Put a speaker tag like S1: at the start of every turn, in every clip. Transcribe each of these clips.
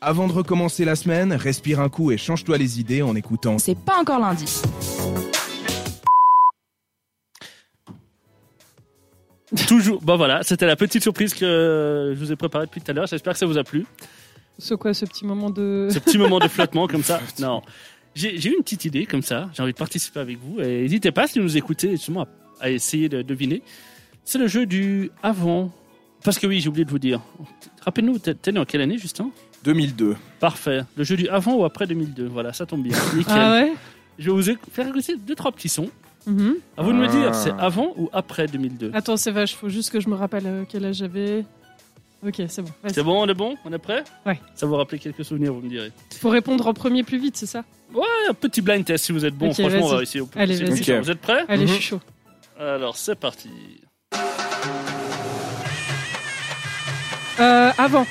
S1: Avant de recommencer la semaine, respire un coup et change-toi les idées en écoutant.
S2: C'est pas encore lundi.
S3: Toujours. Bon voilà, c'était la petite surprise que euh, je vous ai préparée depuis tout à l'heure. J'espère que ça vous a plu.
S4: C'est quoi ce petit moment de.
S3: Ce petit moment de flottement comme ça. Non. J'ai j'ai eu une petite idée comme ça. J'ai envie de participer avec vous. Et n'hésitez pas si vous nous écoutez justement à, à essayer de deviner. C'est le jeu du avant. Parce que oui, j'ai oublié de vous dire. Rappelez-nous, t'es t'es né en quelle année, Justin
S1: 2002.
S3: Parfait. Le jeu du avant ou après 2002. Voilà, ça tombe bien. Nickel.
S4: Ah ouais
S3: Je vais vous éc- faire écouter deux trois petits sons.
S4: Mhm.
S3: À vous de me
S1: Ah.
S3: dire, c'est avant ou après 2002.
S4: Attends, c'est vache, faut juste que je me rappelle euh, quel âge j'avais. Ok, c'est bon. vas-y.
S3: C'est bon, on est bon, on est prêt
S4: Ouais.
S3: Ça vous rappelle quelques souvenirs, vous me direz.
S4: Faut répondre en premier plus vite, c'est ça
S3: Eh, Un petit blind test si vous êtes bon.
S4: Ok,
S3: Franchement, on
S4: vas-y.
S3: va essayer. au plus
S4: Allez,
S3: vite.
S1: vas-y. Ok.
S3: Vous êtes prêts
S4: Allez,
S1: Mhm.
S4: je suis chaud.
S3: Alors, c'est parti.
S4: Euh, avant,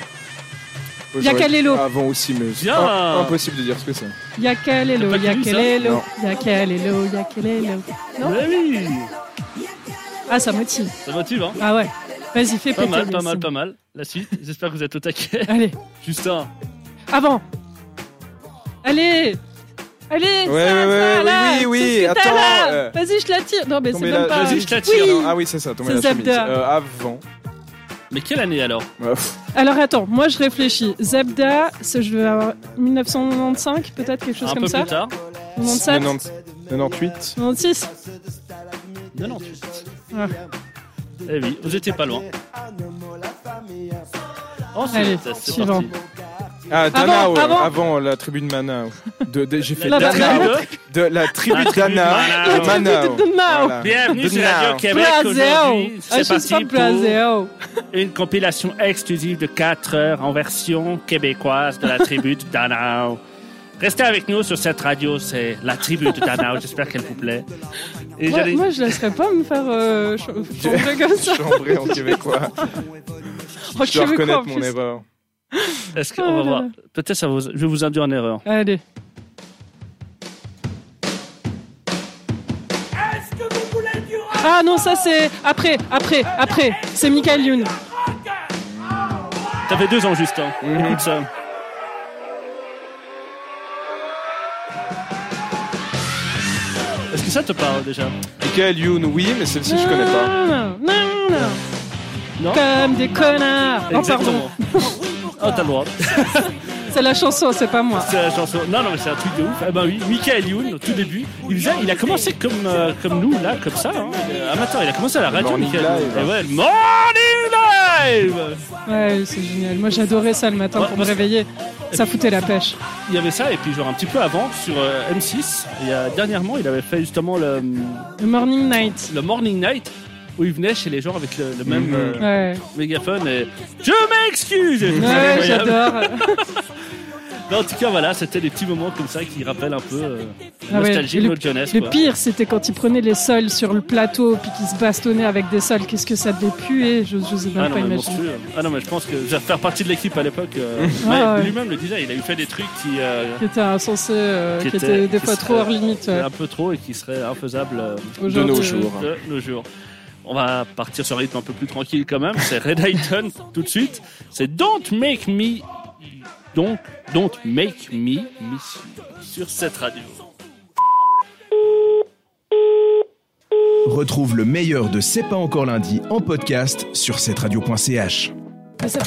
S4: Yakalelo.
S5: Avant aussi, mais c'est
S3: Bien.
S5: im- impossible de dire ce que c'est.
S4: Yakalelo,
S3: T'as pas connu ça
S4: Yakalelo,
S5: Non.
S4: Yakalelo, Yakalelo. Non
S3: Mais Eh oui
S4: Ah, ça motive.
S3: Ça motive, hein
S4: Ah ouais. Vas-y, fais
S3: Pas
S4: péter.
S3: mal, pas
S4: Nelson.
S3: mal, pas mal. La suite, j'espère que vous êtes au taquet.
S4: Allez,
S3: Justin,
S4: avant. Allez
S5: Ouais,
S4: Allez, ça,
S5: ouais,
S4: ça,
S5: ouais,
S4: là,
S5: oui, oui,
S4: c'est ce que t'as
S5: attends,
S4: là.
S5: euh,
S4: Vas-y, je la tire. Non, mais c'est
S5: tombez
S4: même
S5: là,
S4: pas.
S3: vas-y, je la tire.
S4: Oui.
S5: Non, ah oui, c'est ça, tombez la
S4: C'est
S5: chemise.
S4: Zabda.
S5: Euh, avant.
S3: mais quelle année alors
S5: Ouais, pff,
S4: Alors attends, moi je réfléchis. Zabda, c'est- je vais avoir 1995, peut-être quelque chose
S3: Un
S4: comme
S3: peu
S4: ça.
S3: plus tard.
S4: 97,
S5: 90 98.
S4: 96.
S3: 98.
S4: Ah.
S3: Eh oui, vous étiez pas loin.
S4: Allez,
S3: Ensuite, c'est
S4: suivant.
S3: parti.
S5: Ah, Danao, euh,
S4: avant.
S5: avant, la tribu de Manao. De, de- j'ai fait
S4: La
S5: Danao.
S4: tribu
S5: De la tribu
S3: La
S5: de
S3: tribu de Manao.
S5: Danao.
S3: La tribu
S5: Manao.
S4: de Danao.
S5: Voilà.
S3: Bienvenue sur Radio
S5: Danao.
S3: Québec Eh
S4: Blaseo
S3: ben, aujourd'hui.
S4: Ah,
S3: C'est
S4: je
S3: parti
S4: suis pas Blaseo
S3: pour une compilation exclusive de 4 heures en version québécoise de la tribu de Danao. Restez avec nous sur cette radio, c'est la tribu de Danao. J'espère qu'elle vous plaît. Et
S4: Moi,
S3: j'allais-
S4: moi, je laisserais pas me faire euh, ch- changer comme ça.
S5: Chambré en québécois.
S4: Oh,
S5: Je dois
S4: québécois, en
S5: reconnaître mon
S4: plus.
S5: erreur.
S3: Est-ce
S4: Oh
S3: qu'on va
S4: là
S3: voir
S4: là.
S3: Peut-être ça vous... je vais vous induire en erreur.
S4: Allez. Ah non, ça c'est après, après, après. C'est Michael Youn.
S3: Ça fait deux ans juste. Hein.
S5: Mhm.
S3: Écoute ça. Est-ce que ça te parle déjà
S5: Michael Youn, oui, mais celle-ci, je connais pas.
S4: Non, non, non.
S3: Non
S4: Comme des connards. Oh, pardon.
S3: Exactement. Oh, t'as le droit.
S4: C'est la chanson, c'est pas moi.
S3: C'est la euh, chanson. Non, non, mais c'est un truc de ouf. Eh ben oui, Michael Youn, au tout début, il, faisait- il a commencé comme, euh, comme nous, là, comme ça, hein, euh, amateur. Il a commencé à la radio,
S5: Morning
S3: Michael
S5: Live.
S3: Youn. Et ouais, Morning Live
S4: Ouais, c'est génial. Moi, j'adorais ça le matin pour me réveiller. Ça foutait la pêche.
S3: Il y avait ça, et puis genre un petit peu avant, sur euh, M6, il y a- dernièrement, il avait fait justement le,
S4: Le morning night.
S3: le Morning Night, où il venait chez les gens avec le, le même
S5: Mhm.
S3: euh,
S4: Ouais,
S3: mégaphone et Je m'excuse Et tout, c'est
S4: ouais
S3: incroyable.
S4: j'adore.
S3: Mais En tout cas, voilà, c'était des petits moments comme ça qui rappellent un peu euh, la
S4: Ah ouais,
S3: nostalgie
S4: et
S3: de notre jeunesse.
S4: Le
S3: quoi.
S4: pire, c'était quand ils prenaient les sols sur le plateau, puis qu'ils se bastonnaient avec des sols. Qu'est-ce que ça devait puer Je n'osais
S3: Ah non,
S4: même pas
S3: mais
S4: imaginer.
S3: monstrueux. Ah non, mais je pense que je vais faire partie de l'équipe à l'époque. euh,
S4: Ouais,
S3: mais
S4: ouais.
S3: Lui-même le disait, il a eu fait des trucs qui euh,
S4: Qui était insensé, euh, qui,
S3: Qui
S4: était,
S3: était-
S4: des
S3: qui
S4: fois
S3: serait-
S4: trop hors limite. ouais,
S3: un peu trop et qui seraient infaisables euh,
S5: De nos
S4: aujourd'hui.
S5: jours.
S3: de nos jours. On va partir sur un rythme un peu plus tranquille quand même. C'est Red Hayton tout de suite. C'est Don't Make Me. Donc, Don't Make Me Miss You sur cette radio.
S1: Retrouve le meilleur de C'est pas encore lundi en podcast sur cette radio.ch.
S4: Ah, c'est-